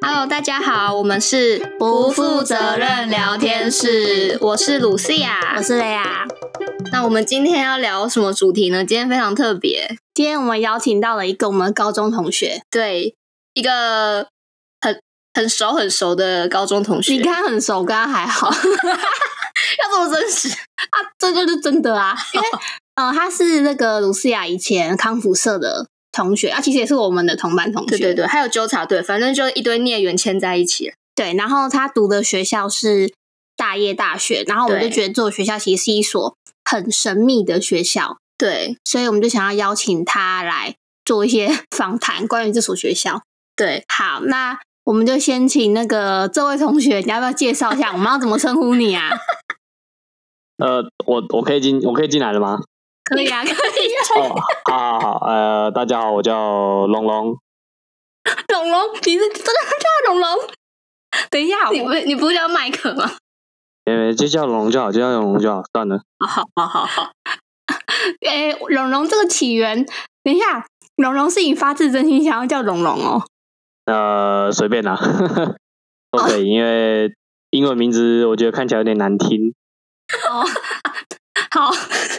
Hello，大家好，我们是不负责任聊天室我是鲁西亚我。是雷亚。那我们今天要聊什么主题呢？今天非常特别，今天我们邀请到了一个我们高中同学，对一个很很熟很熟的高中同学，你跟他很熟，跟他还好 要这么真实， 啊，这就是真的啊，因为 呃，他是那个卢西亚以前康复社的同学啊，其实也是我们的同班同学，对对对，还有纠察队，反正就一堆孽缘牵在一起了。对，然后他读的学校是大业大学，然后我们就对觉得这所学校其实是一所很神秘的学校，对所以我们就想要邀请他来做一些 访谈关于这所学校。对，好，那我们就先请那个这位同学，你要不要介绍一下我们要怎么称呼你啊？呃，我我可以进我可以进来了吗？ 可以啊，可以 啊，哦，好好好，呃，大家好，我叫龙龙，龙龙，你是真的叫龙龙？等一下，你不你不是叫麦克吗？呃，就叫龙龙就好，就叫龙龙就好，算了。好好好好，诶、龙龙这个起源，等一下，龙龙是你发自真心想要叫龙龙哦。呃，随便啦， 都可以，因为英文名字我觉得看起来有点难听。哦，好，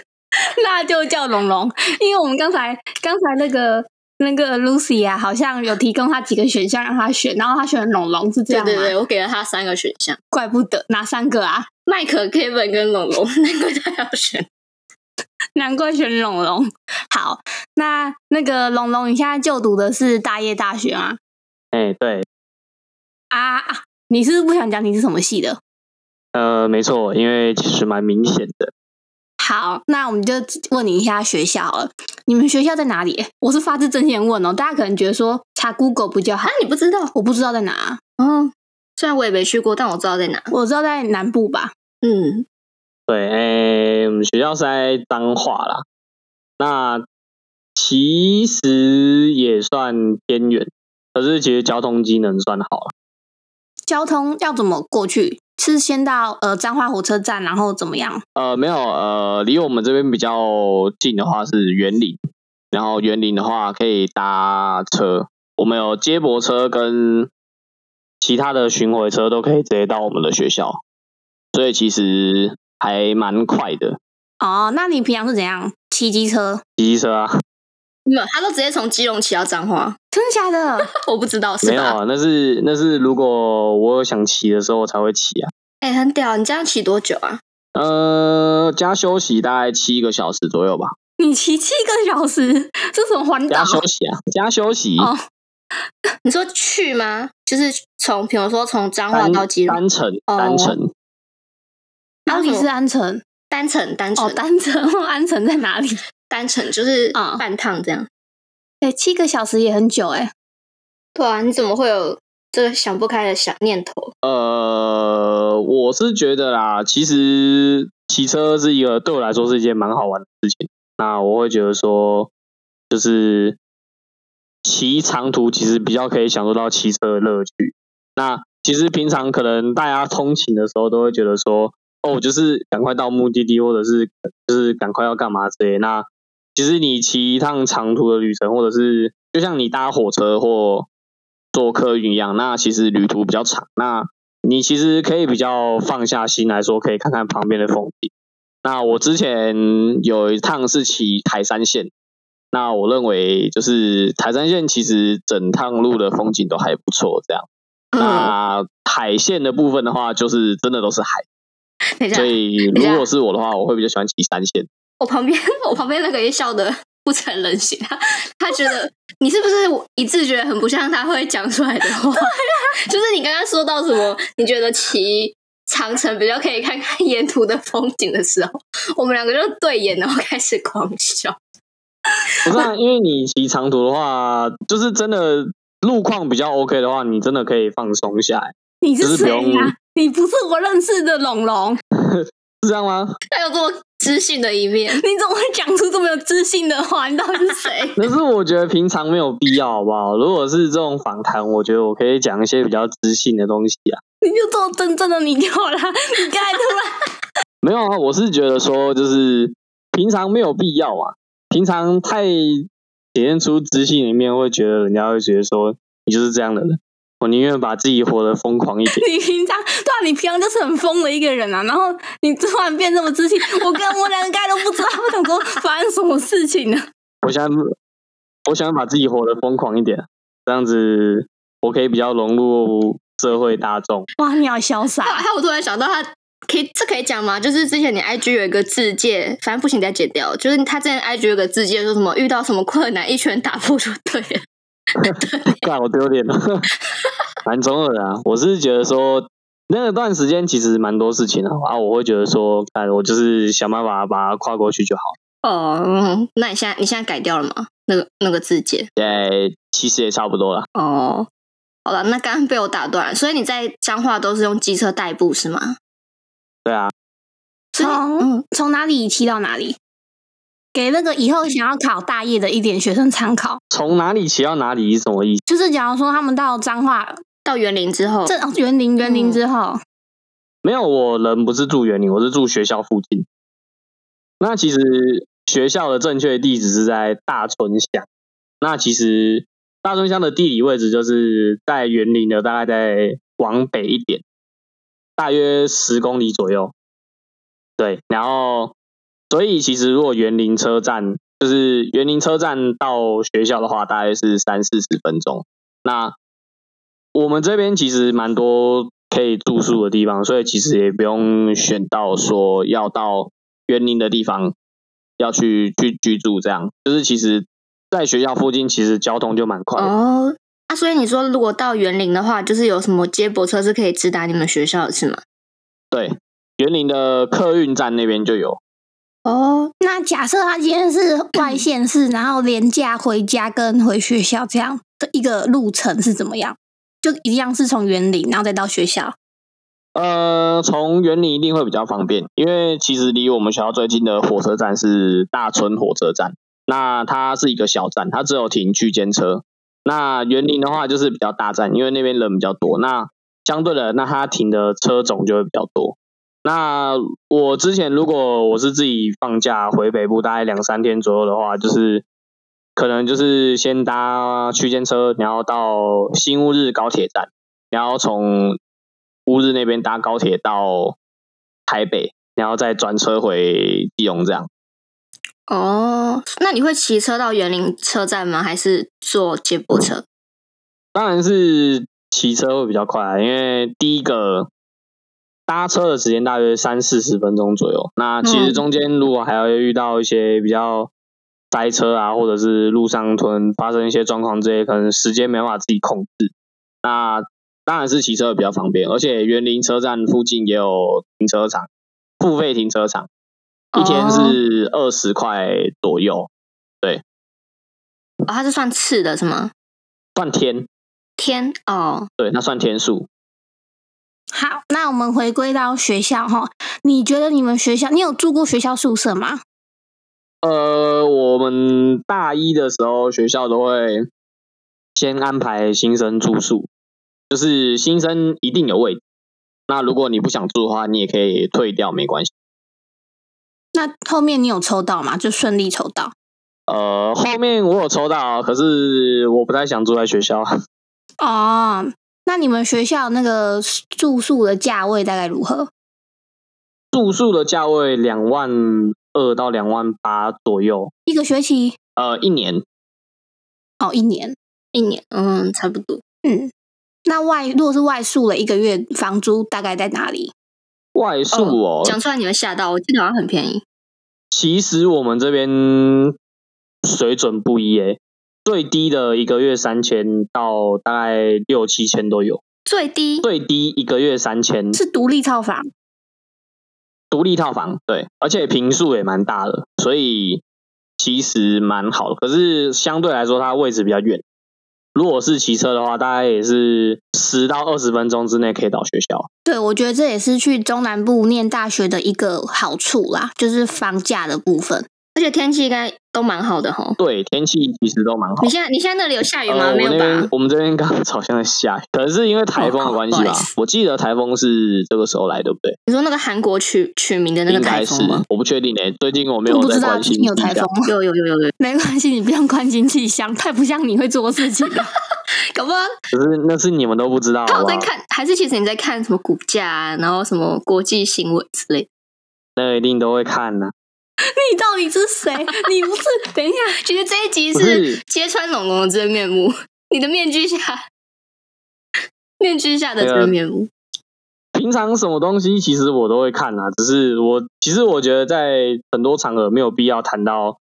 那就叫龙龙，因为我们刚才刚才那个那个 Lucy 啊，好像有提供他几个选项让他选，然后他选龙龙是这对样吗？对对，我给了他三个选项，怪不得哪三个啊？麦克、Kevin 跟龙龙，难怪他要选。 难怪选龙龙。好，那那个龙龙，你现在就读的是大业大学吗？哎，对，啊，啊你是不是不想讲你是什么系的？呃，没错，因为其实蛮明显的。好，那我们就问你一下学校好了，你们学校在哪里？我是发自真心问哦，大家可能觉得说查 Google 不就好啊，，你不知道？我不知道在哪，啊哦，虽然我也没去过，但我知道在哪。我知道在南部吧。嗯，对，哎，我们学校是在彰化啦，那其实也算偏远，可是其实交通机能算好。交通要怎么过去？是先到呃彰化火车站，然后怎么样？呃，没有，呃，离我们这边比较近的话是园林，然后园林的话可以搭车，我们有接驳车跟其他的巡回车都可以直接到我们的学校，所以其实还蛮快的。哦，那你平常是怎样骑机车？机车啊，没有，他都直接从基隆骑到彰化， 真的假的？我不知道是没有吧？啊，那是那是如果我有想骑的时候我才会骑啊。哎、很屌！你这样骑多久啊？呃，加休息大概七个小时左右吧， 你骑七个小时，这什么环岛加？休息啊，加休息，哦你说去吗？就是从，比如说从彰化单到基隆，单程哦单程。哪里然后是安城？单程单程、哦，单程， 安城在哪里？单程就是嗯半趟这样。哎、七个小时也很久哎、欸对啊，你怎么会有这个想不开的想念头？呃，我是觉得啦，其实骑车是一个对我来说是一件蛮好玩的事情。那我会觉得说，就是骑长途其实比较可以享受到骑车的乐趣。那其实平常可能大家通勤的时候都会觉得说，哦，就是赶快到目的地，或者是就是赶快要干嘛之类。那其实你骑一趟长途的旅程，或者是就像你搭火车或坐客运一样，那其实旅途比较长，那你其实可以比较放下心来说，可以看看旁边的风景。那我之前有一趟是骑台山线，那我认为就是台山线其实整趟路的风景都还不错，这样。嗯，那海线的部分的话，就是真的都是海，等一下所，以等一下如果是我的话，我会比较喜欢骑山线。我旁边我旁边那个也笑得不成人形，他他觉得你是不是一致觉得很不像他会讲出来的话？ 就是你刚刚说到什么，你觉得骑长城比较可以看看沿途的风景的时候，我们两个就对眼，然后开始狂笑。不是、啊，因为你骑长途的话，就是真的路况比较 OK 的话，你真的可以放松下来，你就是是谁不用呀、 你不是我认识的龙龙， 是这样吗？他有这么知性的一面，你怎么会讲出这么有自信的话？你到底是谁？ 可是我觉得平常没有必要，好不好？如果是这种访谈，我觉得我可以讲一些比较知性的东西啊。你就做真正的你就好了。 你刚才突然，没有啊，我是觉得说，就是平常没有必要啊。平常太显现出知性一面，会觉得人家会觉得说你就是这样的人。我宁愿把自己活得疯狂一点。你平常对啊，你平常就是很疯的一个人啊，然后你突然变这么自信， 我跟我两个盖都不知道，我想说发生什么事情呢？ 我想，我想把自己活得疯狂一点，啊这样子我可以比较融入社会大众。哇，你好潇洒啊还有，还有我突然想到 他，可以这可以讲吗？就是之前你 IG 有一个字界，反正不行你再剪掉。就是他之前 IG 有个字界说什么遇到什么困难一拳打破就对了。 怪我丢脸了， 蛮中二的啊。我是觉得说那段时间其实蛮多事情的啊，我会觉得说，哎，我就是想办法把它跨过去就好。哦，嗯那你现在你现在改掉了吗？那个那个字界对，哎其实也差不多了。哦，好了，那刚刚被我打断了，所以你在彰化都是用机车代步是吗？对啊，所以从嗯，从哪里骑到哪里，给那个以后想要考大业的一点学生参考。从哪里骑到哪里是什么意思？就是假如说他们到彰化到园林之后，这哦园林园林之后，没有，我人不是住园林，我是住学校附近。那其实学校的正确地址是在大村乡。那其实大村乡的地理位置就是在园林的大概在往北一点，大约十公里左右。对，然后所以其实如果园林车站就是园林车站到学校的话，大概是三四十分钟。那我们这边其实蛮多可以住宿的地方，所以其实也不用选到说要到园林的地方要去去居住，这样就是其实在学校附近其实交通就蛮快的。哦，啊，所以你说如果到园林的话，就是有什么接驳车是可以直达你们学校的是吗？对，园林的客运站那边就有，哦，那假设他今天是外县市，然后廉价回家跟回学校这样的一个路程是怎么样？就一样是从园林，然后再到学校。呃，从园林一定会比较方便，因为其实离我们学校最近的火车站是大村火车站，那它是一个小站，它只有停区间车。那园林的话就是比较大站，因为那边人比较多，那相对的，那它停的车种就会比较多。那我之前如果我是自己放假回北部，大概两三天左右的话，就是可能就是先搭区间车，然后到新乌日高铁站，然后从乌日那边搭高铁到台北，然后再转车回基隆这样。哦，那你会骑车到园林车站吗？还是坐接驳车？当然是骑车会比较快啊，因为第一个搭车的时间大约三四十分钟左右。那其实嗯中间如果还要遇到一些比较塞车啊，或者是路上突然发生一些状况这些，可能时间没办法自己控制。那当然是骑车比较方便，而且园林车站附近也有停车场，付费停车场，一天是二十块左右，哦，它是算次的是吗？算天，天哦，对，那算天数。好，那我们回归到学校哈，你觉得你们学校，你有住过学校宿舍吗？呃，我们大一的时候，学校都会先安排新生住宿，就是新生一定有位置。那如果你不想住的话，你也可以退掉，没关系。那后面你有抽到吗？就顺利抽到呃，后面我有抽到，可是我不太想住在学校。哦。那你们学校那个住宿的价位大概如何？住宿的价位两万二到两万八左右，一个学期呃，一年。哦，一年。一年，嗯，差不多。嗯，那外如果是外宿了一个月，房租大概在哪里？外宿哦，讲出来你会吓到，我记得好像很便宜。其实我们这边水准不一诶，最低的一个月三千到大概六七千都有，最低最低一个月三千，是独立套房独立套房，对，而且平数也蛮大的，所以其实蛮好的。可是相对来说，它位置比较远。如果是骑车的话，大概也是十到二十分钟之内可以到学校。对，我觉得这也是去中南部念大学的一个好处啦，就是房价的部分。而且天气应该都蛮好的吼。对，天气其实都蛮好你。现在你现在那里有下雨吗？呃、没有我那边吧？我们这边刚刚好像在下雨，可能是因为台风的关系哦好不吧。好意思我记得台风是这个时候来，对不对？你说那个韩国取取名的那个应该台是风吗？，我不确定诶、最近我没我有不在知道关最心近有气台象风，有有有有有，没关系，你不用关心气象，太不像你会做事情了。搞不好可是那是你们都不知道他好啊 有不好在？看，还是其实你在看什么股价、啊，然后什么国际新闻之类的。那一定都会看啊呐、 你到底是谁？你不是？等一下，其实这一集不是是揭穿龙龙的真面目，你的面具下，面具下的对啊真面目。平常什么东西其实我都会看啊，只是我其实我觉得在很多场合没有必要谈到，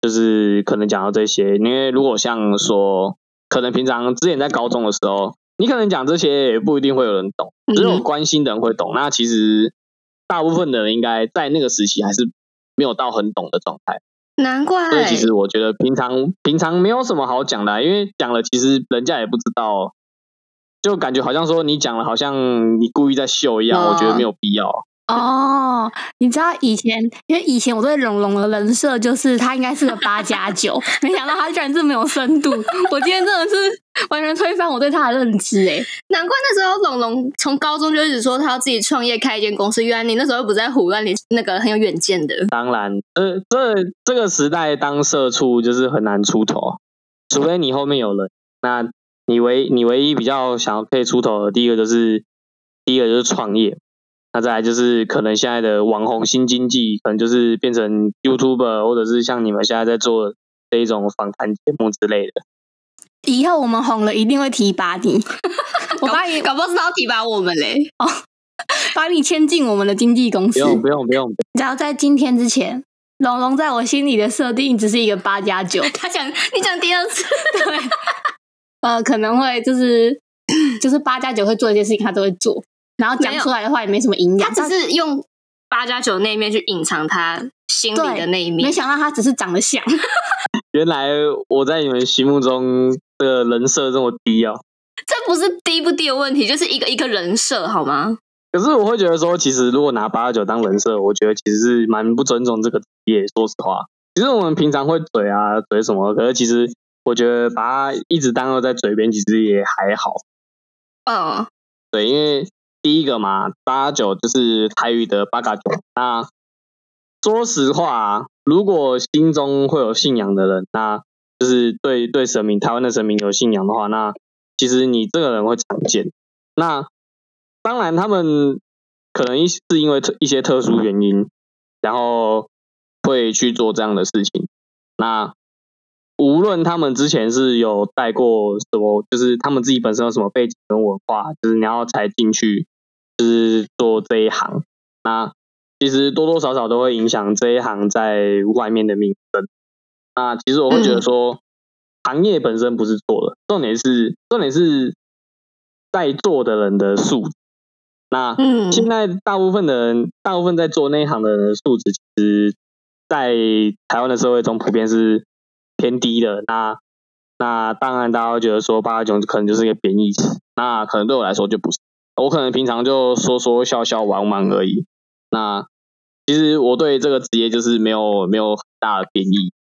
就是可能讲到这些，因为如果像说，可能平常之前在高中的时候，你可能讲这些也不一定会有人懂，只有嗯关心的人会懂。那其实大部分的人应该在那个时期还是没有到很懂的状态。难怪所以其实我觉得平常平常没有什么好讲的啊、因为讲了其实人家也不知道，就感觉好像说你讲了好像你故意在秀一样，嗯我觉得没有必要。哦，你知道以前，因为以前我对龙龙的人设就是他应该是个八加九，没想到他居然这么有深度。我今天真的是完全推翻我对他的认知哎。难怪那时候龙龙从高中就一直说他要自己创业开一间公司，原来你那时候又不在胡乱，你是那个很有远见的。当然，呃，这这个时代当社畜就是很难出头，除非你后面有人。那你唯你唯一比较想要可以出头的，第一个就是第一个就是创业，那再来就是可能现在的网红新经济，可能就是变成 YouTuber 或者是像你们现在在做的这一种访谈节目之类的。以后我们红了，一定会提拔你，我把你搞不好是他要提拔我们嘞。把你签进我们的经纪公不司。用不用不用，只要在今天之前，龙龙在我心里的设定只是一个八加 九，他讲你讲第二 次，对，呃，可能会就是就是八加九会做一些事情，他都会做，然后讲没有出来的话也没什么营他养，只是用八加九那一面去隐藏他心里的那一没面。想到他只是长得像。原来我在你们心目中的人设这么低哦。这不是低不低的问题，就是一个一个人设好吗？可是我会觉得说，其实如果拿八九当人设，我觉得其实是蛮不尊重这个职业。说实话，其实我们平常会嘴啊嘴什么，可是其实我觉得把它一直当做在嘴边，其实也还好。嗯，对，因为第一个嘛，八九就是台语的八嘎九。那说实话，啊如果心中会有信仰的人，那就是对对神明，台湾的神明有信仰的话，那其实你这个人会常见。那当然，他们可能一是因为特一些特殊原因，然后会去做这样的事情。那无论他们之前是有带过什么，就是他们自己本身有什么背景跟文化，就是然后才进去就是做这一行，那其实多多少少都会影响这一行在外面的名声。那其实我会觉得说，行业本身不是错的，重点是重点是在做的人的素质。那嗯现在大部分的人，大部分在做那一行的人的素质，其实在台湾的社会中普遍是偏低的。那那当然，大家会觉得说八九可能就是一个贬义词，那可能对我来说就不是。我可能平常就说说笑笑玩玩而已。那其实我对这个职业就是没有没有很大的贬义。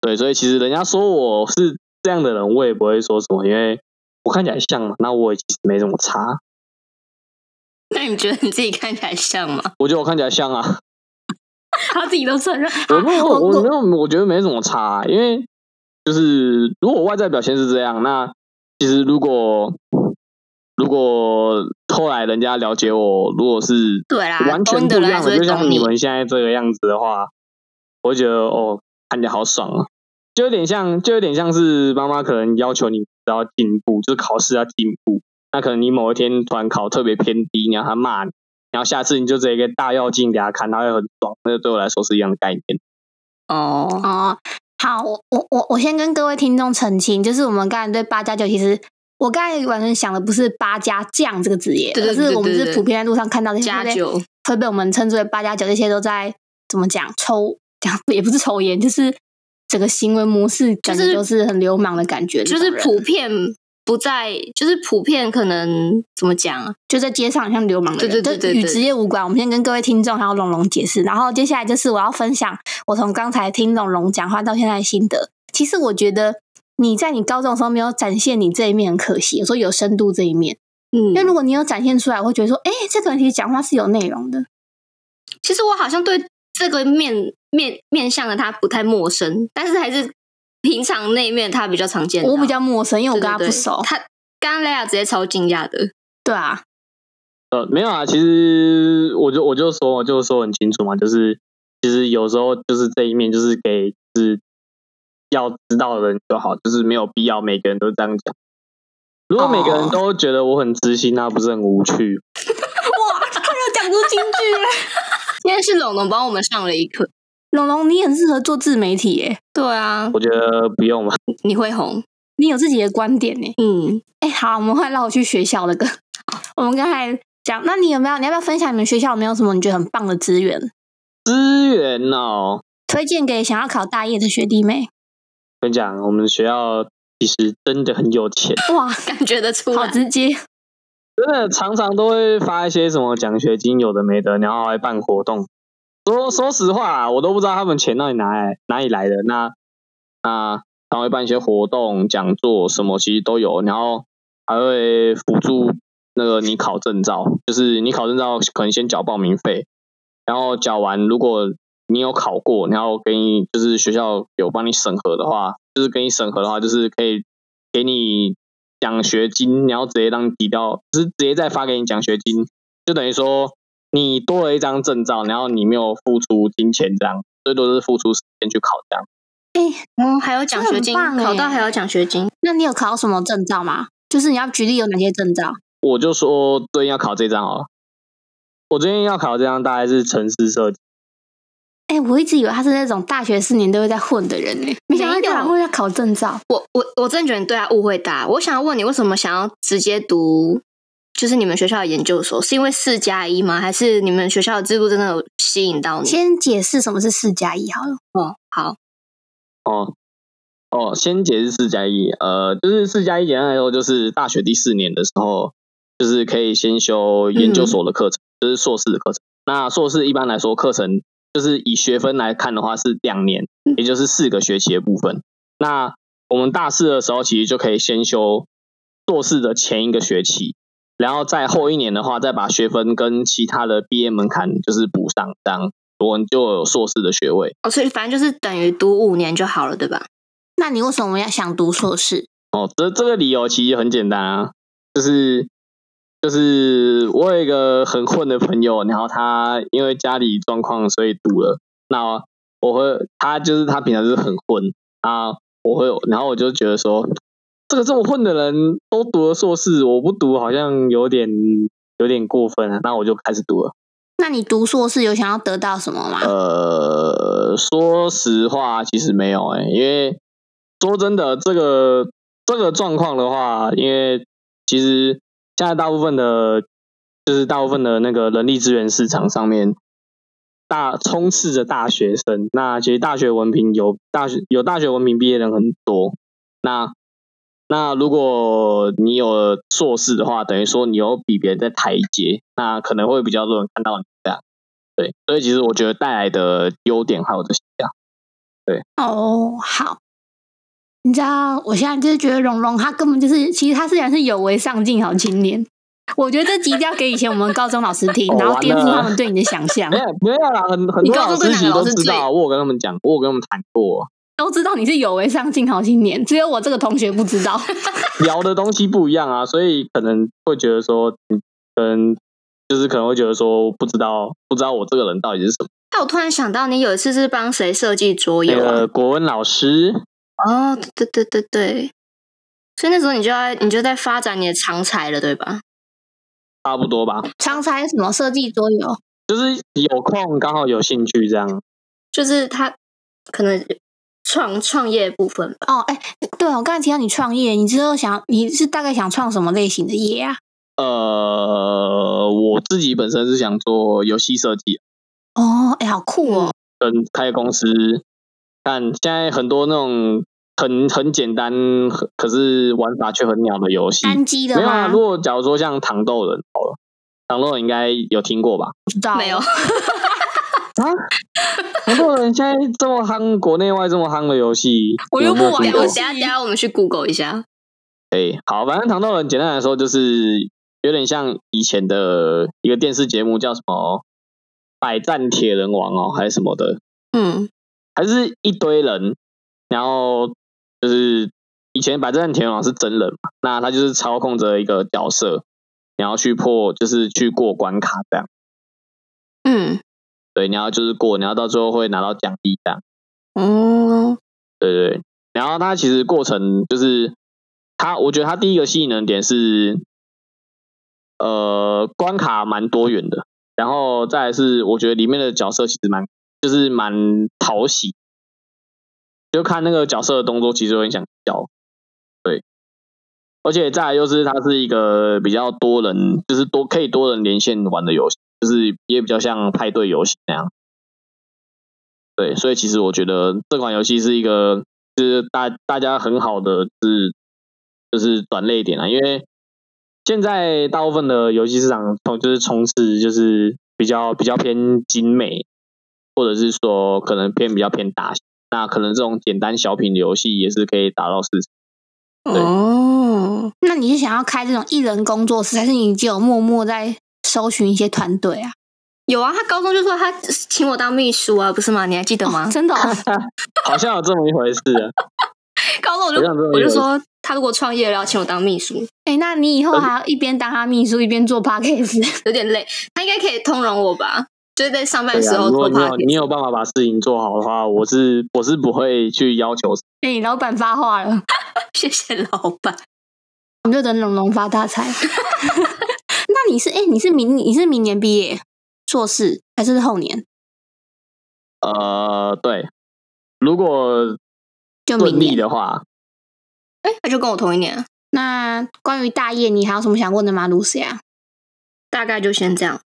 对，所以其实人家说我是这样的人，我也不会说什么，因为我看起来像嘛，那我也其实没什么差。 那你觉得你自己看起来像吗？我觉得我看起来像啊，他自己都承认。我啊不我我我没我有，我觉得没什么差啊、因为就是如果外在表现是这样，那其实如果如果后来人家了解我，如果是对啦，完全不啊懂的一人样还是的，会就像懂你们现在这个样子的话，我会觉得哦，看起来好爽啊，就有点像，就有点像是妈妈可能要求你要进步，就是考试要进步，那可能你某一天突然考特别偏低，然后他骂你，然后下次你就直接一个大药镜给他看，他会很爽，那对我来说是一样的概念。哦。哦，好，我我我我先跟各位听众澄清，就是我们刚才对八加九，其实我刚才完全想的不是八加酱这个职业，对对对而是我们对对是普遍在路上看到的加对不对酒会被我们称之为八加九，这些都在怎么讲抽，讲也不是抽烟，就是整个行为模式感就是觉都是很流氓的感觉，就是那种人普遍不在，就是普遍可能怎么讲啊？就在街上很像流氓的人，对对对这对与对职业无关。我们先跟各位听众还有龙龙解释，然后接下来就是我要分享我从刚才听龙龙讲话到现在的心得。其实我觉得你在你高中的时候没有展现你这一面很可惜，我说有深度这一面，因为嗯，如果你有展现出来，我会觉得说，哎，这个人其实讲话是有内容的。其实我好像对这个面面面向的他不太陌生，但是还是平常那一面他比较常见到，我比较陌生，因为我啊对跟他对不对熟。他刚刚雷亚直接超 惊讶的，对啊，呃，没有啊，其实我就我就说我就说很清楚嘛，就是其实有时候就是这一面就是给就是要知道的人就好，就是没有必要每个人都这样讲。如果每个人哦都觉得我很知心，那不是很无趣？哇，他又讲出京剧了。 今天是龙龙帮我们上了一课。龙龙，你很适合做自媒体耶，对啊，我觉得不用吧。你会红。你有自己的观点耶。嗯，哎，好，我们快绕去学校 那个。我们刚才讲，那你有没有？你要不要分享你们学校有没有什么你觉得很棒的资源，资源哦，推荐给想要考大业的学弟妹？跟你讲，我们学校其实真的很有钱，哇，感觉得出好来。直 接，真的常常都会发一些什么奖学金有的没的，然后还办活动。说说实话、啊，我都不知道他们钱到底哪来哪里来的。那那他会办一些活动、讲座什么，其实都有，然后还会辅助那个你考证照，就是你考证照可能先缴报名费，然后缴完，如果你有考过，然后给你就是学校有帮你审核的话，就是给你审核的话，就是可以给你奖学金，然后直接让你抵掉，就是直接再发给你奖学金，就等于说你多了一张证照，然后你没有付出金钱这样，最多是付出时间去考这样。嗯，还有奖学金，这很棒欸考到还有奖学金。那你有考什么证照吗？就是你要举例有哪些证照？我就说最近要考这张好了，我最近要考这张大概是城市设计，哎、我一直以为他是那种大学四年都会在混的人呢，没想到没有居然会要考证照。我我我真的觉得你对他误会大。我想要问你，为什么想要直接读就是你们学校的研究所？是因为四加一吗？还是你们学校的制度真的有吸引到你？先解释什么是四加一好了。哦，好，哦哦，先解释四加一，呃，就是四加一简单来说，就是大学第四年的时候，就是可以先修研究所的课程，就是硕士的课程。那硕士一般来说课程就是以学分来看的话是两年，也就是四个学期的部分。那我们大四的时候其实就可以先修硕士的前一个学期，然后在后一年的话再把学分跟其他的毕业门槛就是补上，这样我们就有硕士的学位。哦，所以反正就是等于读五年就好了，对吧？那你为什么要想读硕士？哦，这这个理由其实很简单啊，就是就是我有一个很混的朋友，然后他因为家里状况所以赌了。那我会他就是他平常就是很混啊，我会然后我就觉得说，这个这么混的人都读了硕士，我不读好像有点有点过分啊。那我就开始读了。那你读硕士有想要得到什么吗？呃，说实话，其实没有哎、因为说真的，这个这个状况的话，因为其实现在大部分的，就是大部分的那个人力资源市场上面，大充斥着大学生。那其实大学文凭有大学有大学文凭毕业的人很多。那那如果你有了硕士的话，等于说你有比别人在台阶，那可能会比较多人看到你这样。对，所以其实我觉得带来的优点还有这些啊。哦，好。你知道，我现在就是觉得蓉蓉她根本就是，其实她虽然是有为上进好青年，我觉得这集一定要给以前我们高中老师 听哦，然后颠覆完了他们对你的想象没，有没有啦，很很你多高中老对师哪其实个老都师知最道，啊我有跟他们讲，我有跟他们谈过，啊都知道你是有为上进好青年，只有我这个同学不知道。聊的东西不一样啊，所以可能会觉得说，嗯，可能就是可能会觉得说，不知道不知道我这个人到底是什么。那我突然想到，你有一次是帮谁设计桌那游啊？个国文老师，哦，对对对对，所以那时候你就在你就在发展你的长才了，对吧？差不多吧， 常才什么设计桌游，就是有空刚好有兴趣这样。就是他可能创创业部分吧。哦，哎、对我刚才提到你创业，你之后想你是大概想创什么类型的业啊？呃，我自己本身是想做游戏设计，哦，哎、好酷哦！跟开公司，但现在很多那种很很简单，很可是玩法却很鸟的游戏。单机的没有啊，吗？如果假如说像糖豆人好了，糖豆人应该有听过吧？不知道哦没有，啊， 糖豆人现在这么夯，国内外这么夯的游戏， 我你又有没有不玩等听一游过下我戏等一下等一下我们去 Google 一下。对，好，反正糖豆人简单来说就是有点像以前的一个电视节目，叫什么《百战铁人王》哦，还是什么的，嗯，还是一堆人，然后就是以前百战田王是真人嘛，那他就是操控着一个角色，你要去破，就是去过关卡这样。嗯，对，你要就是过，你要到最后会拿到奖励这样。哦，对对对，然后它其实过程就是它，我觉得它第一个吸引人的点是，呃，关卡蛮多元的，然后再来是我觉得里面的角色其实蛮就是蛮讨喜，就看那个角色的动作，其实我很想笑。对，而且再来就是它是一个比较多人，就是多可以多人连线玩的游戏，就是也比较像派对游戏那样。对，所以其实我觉得这款游戏是一个，就是大大家很好的是就是转类点啊，因为现在大部分的游戏市场从就是从事就是比较比较偏精美，或者是说可能偏比较偏大型，那可能这种简单小品的游戏也是可以达到市场。对哦，那你是想要开这种艺人工作室，还是你已经有默默在搜寻一些团队啊？有啊，他高中就说他请我当秘书啊，不是吗？你还记得吗？真的、哦， 好像有这么一回事啊，高中我就好像真的我有就说他如果创业了，要请我当秘书，哎、那你以后还要一边当他秘书，一边做 podcast，有点累，他应该可以通融我吧？就是在上班对的时啊，候如果做你有 podcast 你有办法把事情做好的话，我是我是不会去要求被你哎老板发话了，谢谢老板。我们就等龙龙发大 财。那你是哎、你是明你是明年毕业硕士，还是后年？呃，对，如果就明顺利年。的话，哎、他就跟我同一年啊，那关于大业，你还有什么想问的吗，Lucy 啊？大概就先这样。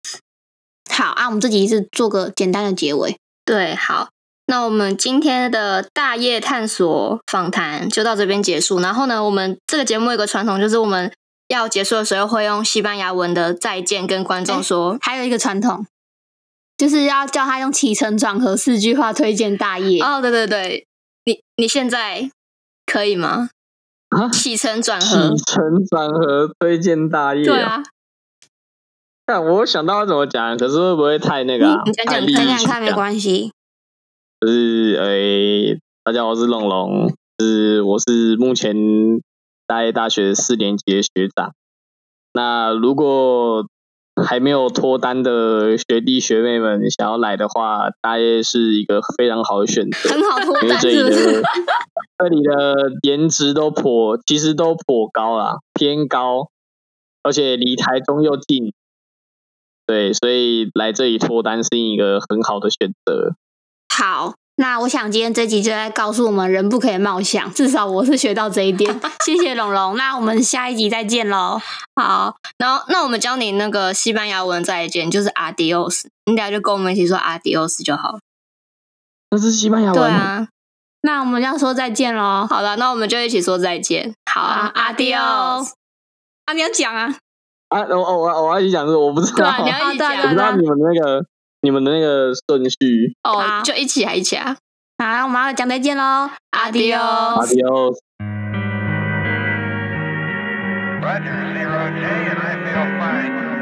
好啊，我们这集是做个简单的结尾。对，好，那我们今天的大业探索访谈就到这边结束。然后呢，我们这个节目有一个传统，就是我们要结束的时候会用西班牙文的再见跟观众说。还有一个传统，就是要叫他用起承转合四句话推荐大业。哦，对对对，你你现在可以吗？啊起承转起合，承转合推荐大业、嗯对，啊，但我想到要怎么讲，可是会不会太那个、啊你你讲？讲太利益想想取看，没向关系。就是诶、大家好，我是龙龙，是我是目前大一大学四年级的学长。那如果还没有脱单的学弟学妹们想要来的话，大业是一个非常好的选择。很好脱 因为单，这里是不是的？这里的颜值都颇，其实都颇高啦，偏高，而且离台中又近，对，所以来这里脱单是一个很好的选择。好，那我想今天这集就在告诉我们，人不可以貌相，至少我是学到这一点。谢谢龙龙，那我们下一集再见喽。好，然后那我们教你那个西班牙文再见，就是 adios，你等下就跟我们一起说 adios 就好了。那是西班牙对文，啊，那我们要说再见喽。好了，那我们就一起说再见。好啊，adios。啊，你要讲啊，啊，我我我我要去讲是，我不知对道，啊，你要一起啊对啊讲我不知道你们那个你们的那个顺序。哦啊，就一起啊，一起啊好，我们要讲再见喽。 ，adios。 a d i Roger, zero J, and I feel fine.